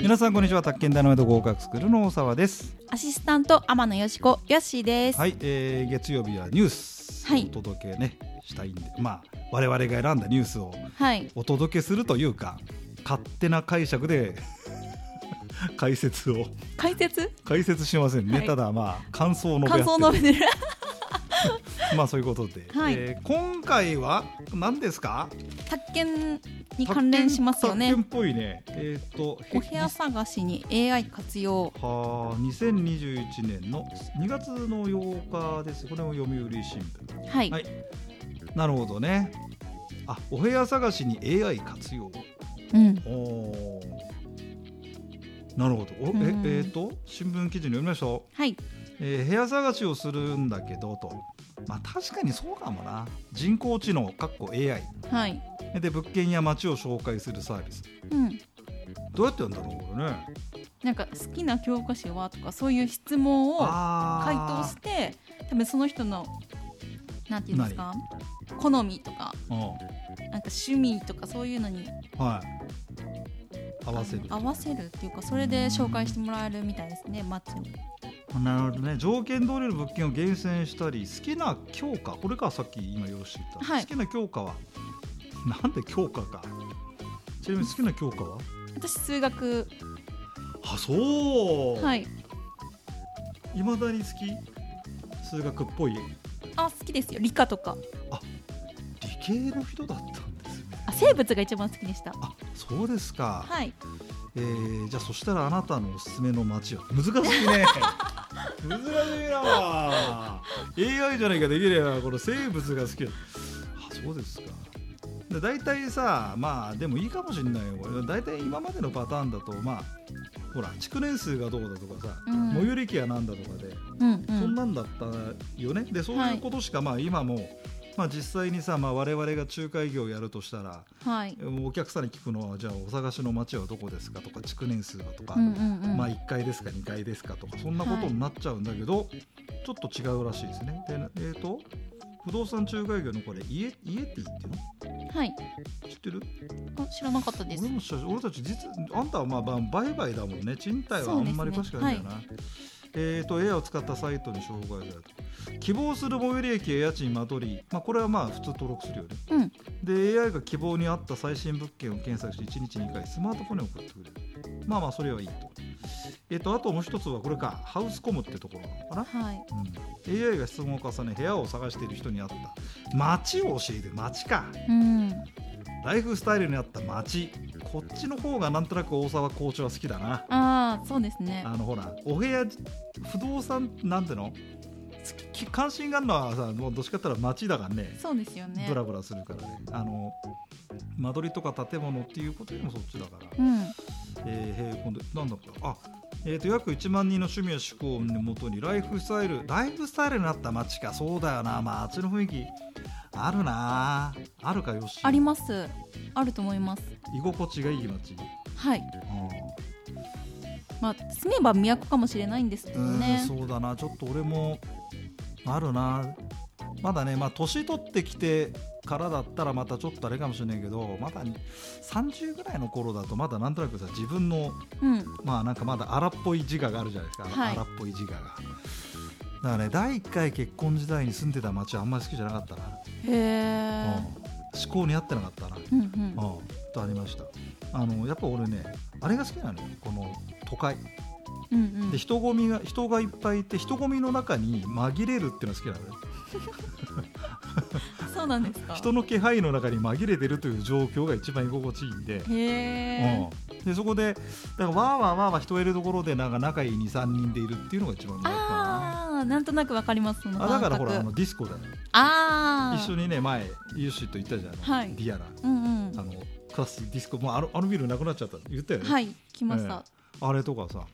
皆さんこんにちは宅建ダイナマイト合格スクールの大沢ですアシスタント天野よしこよっしーです。はい、えー、月曜日はニュースはいお届けね、したいんでまあ我々が選んだニュースをはい。お届けするというか勝手な解釈で 解説を解説？解説しませんね、はいただまあ感想の感想述べてる。まあそういうことで、はいえー今回は何ですか 宅建に関連しますよね宅建。っぽいねえっ、とお部屋探しに AI 活用。はあ2021年の2月の8日ですこれも読売新聞はい。はいなるほどねあお部屋探しに AI 活用うん。おーなるほどおえうんえーと新聞記事に読みました、はい。えー部屋探しをするんだけどとまあ確かにそうかもな人工知能かっこ AI はい。で物件や街を紹介するサービスうん。どうやってやるんだろうこれねなんか好きな教科書はとかそういう質問をあ回答して、多分その人のなんていうんですか？好みとかーなんか趣味とかそういうのうにんはい合わせる合わせるっていうかそれで紹介してもらえるみたいですねマッチを。なるほどね条件通りの物件を厳選したり好きな教科これかさっき今よろしい言った、はい好きな教科はなんで教科かちなみに好きな教科は私数学あそう、、はいい。まだに好き数学っぽい理あ好きですよ理科とか系の人だったんですねあ生物が一番好きでしたあそうですか、はいえーじゃあそしたらあなたのおすすめの街は難しいね 難しいなあ AI じゃないかできればこの生物が好きだあそうですかで大体さまあでもいいかもしれないよこれ大体今までのパターンだとまあほら築年数がどうだとかさ、うん最寄り駅はなんだとかで、うんうそんんなんだったよねでそういうことしか、まあ今も、まあ、実際にさ、まあ、我々が仲介業をやるとしたらはいお客さんに聞くのはじゃあお探しの街はどこですかとか築年数はとか、うんうんうんまあ、1階ですか2階ですかとかそんなことになっちゃうんだけど、ちょっと違うらしいですね。でえー、と不動産仲介業のこれイエイエティっていうのはい知ってるあ知らなかったです俺も知ら俺たち実あんたはまあば売買だもんね賃貸はあんまりそ詳うでしすくねないんだよな、えー、とエアを使ったサイトに紹介された希望する最寄り駅や家賃間取り、まあ、これはまあ普通登録するよねうんで AI が希望に合った最新物件を検索し1日2回スマートフォンに送ってくれるまあまあそれはいいと,、えっとあともう一つはこれかハウスコムってところなのかな、はいうん AI が質問を重ね部屋を探している人に合った街を教えて街かうんライフスタイルに合った街こっちの方がなんとなく大沢校長は好きだなああそうですねあのほらお部屋不動産なんての好き関心があるのはさもうどっちかって言ったら街だからねそうですよねブラブラするからねあの間取りとか建物っていうことよりもそっちだから、うんえーへー今度なんだろうあえー、と約1万人の趣味や嗜好をもとにライフスタイルライフスタイルになった街かそうだよな街の雰囲気あるなあるかよしありますあると思います居心地がいい街、はいうんまあ住めば都かもしれないんですけどうんねそうだなちょっと俺もあるなまだねまあ年取ってきてからだったらまたちょっとあれかもしれないけどまだに30ぐらいの頃だとまだなんとなくさ自分のうんまあなんかまだ荒っぽい自我があるじゃないですか、はい荒っぽい自我がだからね第1回結婚時代に住んでた町はあんまり好きじゃなかったな、へえうん、思考に合ってなかったな、うんううんん、とありましたあのやっぱ俺ねあれが好きなのよこの都会うんうんで人混みが人がいっぱいいて人混みの中に紛れるっていうのが好きなのよそうなんですか人の気配の中に紛れてるという状況が一番居心地いいんで、へえうん、でそこでだからわーわーわーわー人がいるところでなんか仲いい23人でいるっていうのが一番良かったなああなんとなくわかりますそのあだからほらあ感の覚ディスコだよああ一緒にね前ユッシーと行ったじゃん、はいディアラうんうんあのクラスディスコもうあのあのビルなくなっちゃった言ったよね、はい来ましたあれとかさ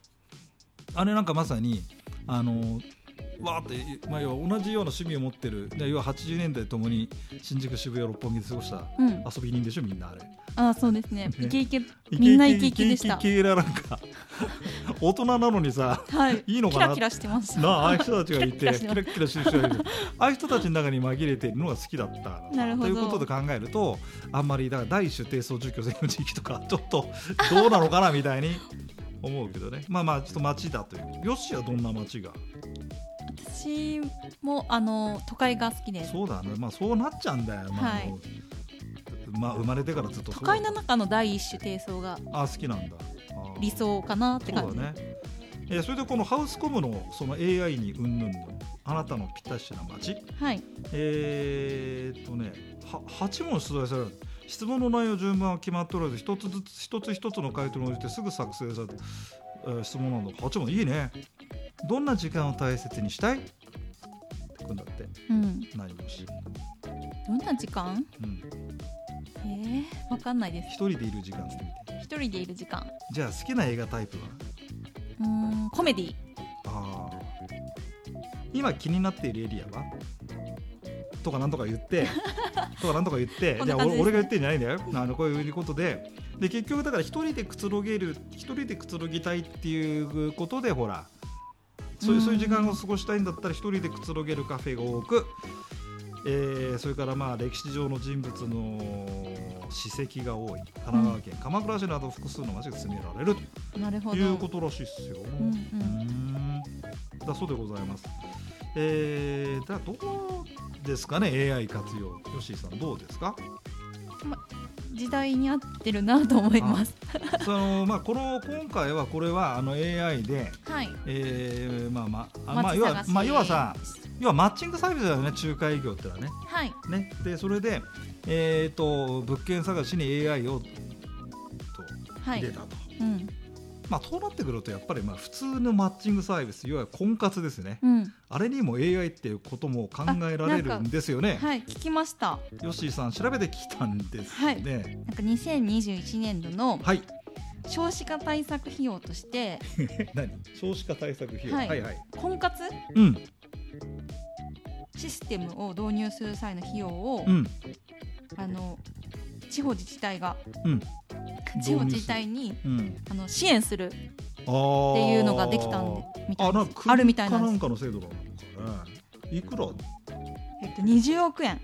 あれなんかまさにあのわーって、まあ、要は同じような趣味を持ってるで要は80年代ともに新宿渋谷六本木で過ごしたうん、遊び人でしょみんなあれあそうですねねイケイケみんなイケイケでしたイケイケイケイケイケイケイケラなんか大人なのにさはいいいのかキなラキラしてましたなあああいう人たちがいてキラキラしキてまラキラしてる人がいるああいう人たちの中に紛れてるのが好きだったからなるほどということで考えるとあんまりだから第一種低層住居専用地域とか ちょっとどうなのかなみたいに思うけどねまあまあちょっと街だというよしはどんな街が私もあの都会が好きですそうだねまあそうなっちゃうんだよ、まあはいもうまあ生まれてからずっと都そう会の中の第一種低層があ好きなんだあー理想かなって感そうじ、だねえーそれでこのハウスコムのその AI にうんぬんのあなたのぴったしな街はいえーっとねは8問出題される質問の内容順番は決まっておらず一つずつ一つ一つの回答に応じてすぐ作成された、えー質問なんだ8問いいねどんな時間を大切にしたいってくんだってうん何もし、どんな時間うん、えー、わかんないです一人でいる時間ってみて一人でいる時間じゃあ好きな映画タイプはうーんコメディあー今気になっているエリアはとかなんとか言って とかなんとか言ってこんじゃなあ感俺俺がじですね言ってんじゃないんだよあのこういうことでで結局だから一人でくつろげる一人でくつろぎたいっていうことでほらそういううんそういう時間を過ごしたいんだったら一人でくつろげるカフェが多く、えーそれからまあ歴史上の人物の史跡が多い神奈川県、鎌倉市など複数の町が住められるなるほとどいうことらしいっすよ。ううんーんだそうでございます。えー、だどうですかね AI 活用ヨッシーさんどうです かうん、時代に合ってるなと思いますその、まあ、この今回はこれはあの AI で、はいえーまあまああまあ、街要探はしまあ要はさ要はマッチングサービスだよね仲介業ってのはねはいねでそれで、えー、と物件探しに AI をとはい入れたと、うんまあ、そうなってくるとやっぱりまあ普通のマッチングサービス要は婚活ですねうんあれにも AI っていうことも考えられるんですよね。はい聞きましたヨッシーさん調べてきたんですね。なんか2021年度のはい。少子化対策費用として何？少子化対策費用。は、はいいはいはい婚活うんシステムを導入する際の費用を、うんあの地方自治体が、うん地方自治体にうん。あの支援するっああ。ていうのができたんで。みたあいでなんすかあるみたいななんんです、かの制度なのかね。いくら？えっと、20億円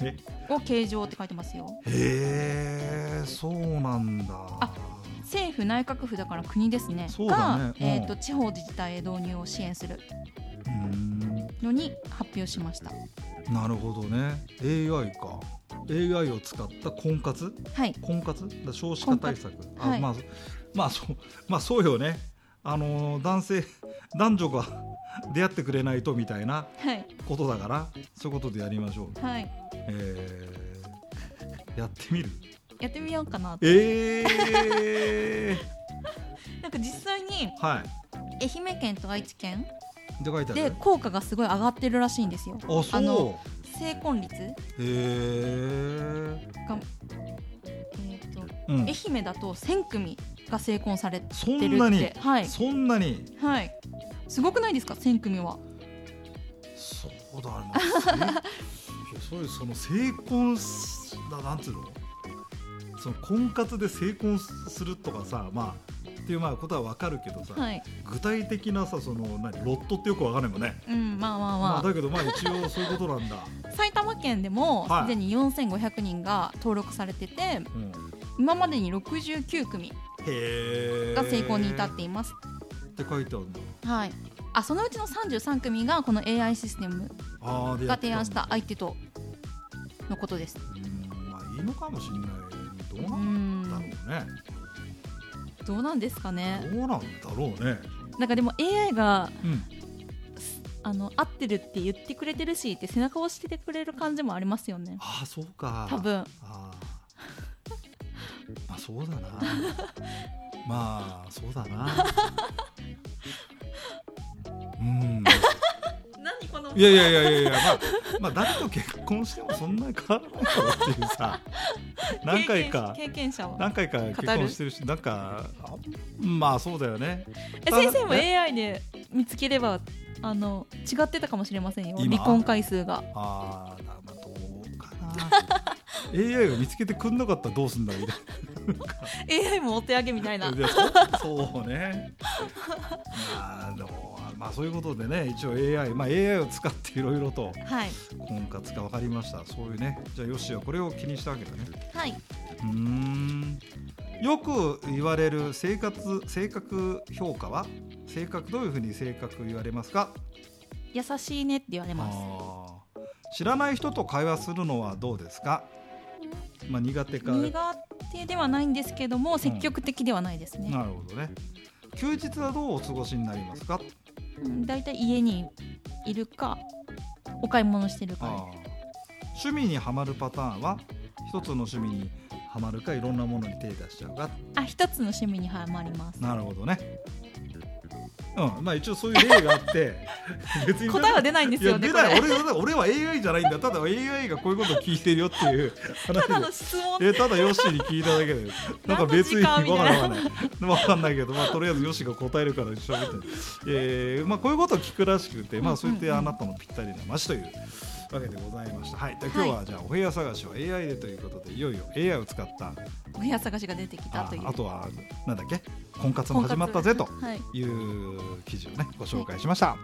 えを計上って書いてますよへえそうなんだ。あ政府内閣府だから国ですねそうだねが、えうんっと地方自治体へ導入を支援するうーん。のに発表しましたなるほどね。AI か。AI を使った婚活？はい婚活だ少子化対策あ、はいまあそまあそうまあそうよねあのー男性男女が 出会ってくれないとみたいなはいことだからそういうことでやりましょう、はいえー、やってみるやってみようかなとええ なんか実際にー、はい愛媛県と愛知県って書いてあでる効果がすごい上がってるらしいんですよあそあうの成婚率えー、えー、とうん愛媛だと1000組が成婚されてそるんなっにてはい、そんなにはい、すごくないですか1000組はそうだね、まあせいやそういうその成婚しななんつうのその婚活で成婚するとかさまあっていうまあことはわかるけどさ、はい具体的なさその何ロットってよくわかんないもんね、うんまあまあまあ、まあ、だけどまあ一応そういうことなんだ、埼玉県でもはいすでに4500人が登録されてて、うん、今までに69組へえが成婚に至っています、って書いてあるんだはいあそのうちの33組がこの AI システムあーでやがってたん提だ案した相手とのことですうんまあいいのかもしれないどううなんだろうんね、どうなんですかねどうなんだろうね、なんかでも AI がうん、あの合ってるって言ってくれてるしって背中を押しててくれる感じもありますよねああそうか多分ああ まあそうだ なまあそうだなうん何このいやいやいやいやいやまあまあ誰と結婚してもそんなに変わらないだろうっていうさ何回か経験者は何回か結婚してるしなんかあまあそうだよねえただ先生もえ AI で見つければあの違ってたかもしれませんよ今離婚回数があーまあどうかな AI が見つけてくんなかったらどうすんだろうみたい AI もお手上げみたいなないや そそうねまあでもまあそういうことでね一応 AI、まあ、AI を使っていろいろとはい婚活が分かりましたそういうねじゃあよしはこれを気にしたわけだねはいうーんよく言われる性格性格評価は性格どういうふうに性格言われますか優しいねって言われまあすー知らない人と会話するのはどうですか、まあ、苦手か苦手ではないんですけども積極的ではないですね、なるほどね休日はどうお過ごしになりますか、うん、だいたい家にいるかお買い物してるあかー趣味にはまるパターンは一つの趣味にはまるかいろんなものに手出しちゃうかあ一つの趣味にはまりますなるほどねうんまあ一応そういう例があって 別に答えは出ないんですよねいやこ出ないれ俺俺俺は AI じゃないんだただ AI がこういうことを聞いてるよっていう話ただの質問えただヨッシーに聞いただけでなんか別にわか 何んの時間ないわかんないわかんないけど、まあ、とりあえずヨッシーが答えるから一緒にって、えーまあ、こういうことを聞くらしくて、まあ、そうやってあなたのぴったりな街というわけでございました、はい、で今日はじゃあお部屋探しは AI でということでいよいよ AI を使ったお部屋探しが出てきたあというあとはなんだっけ婚活も始まったぜとはいいう記事をねご紹介しました。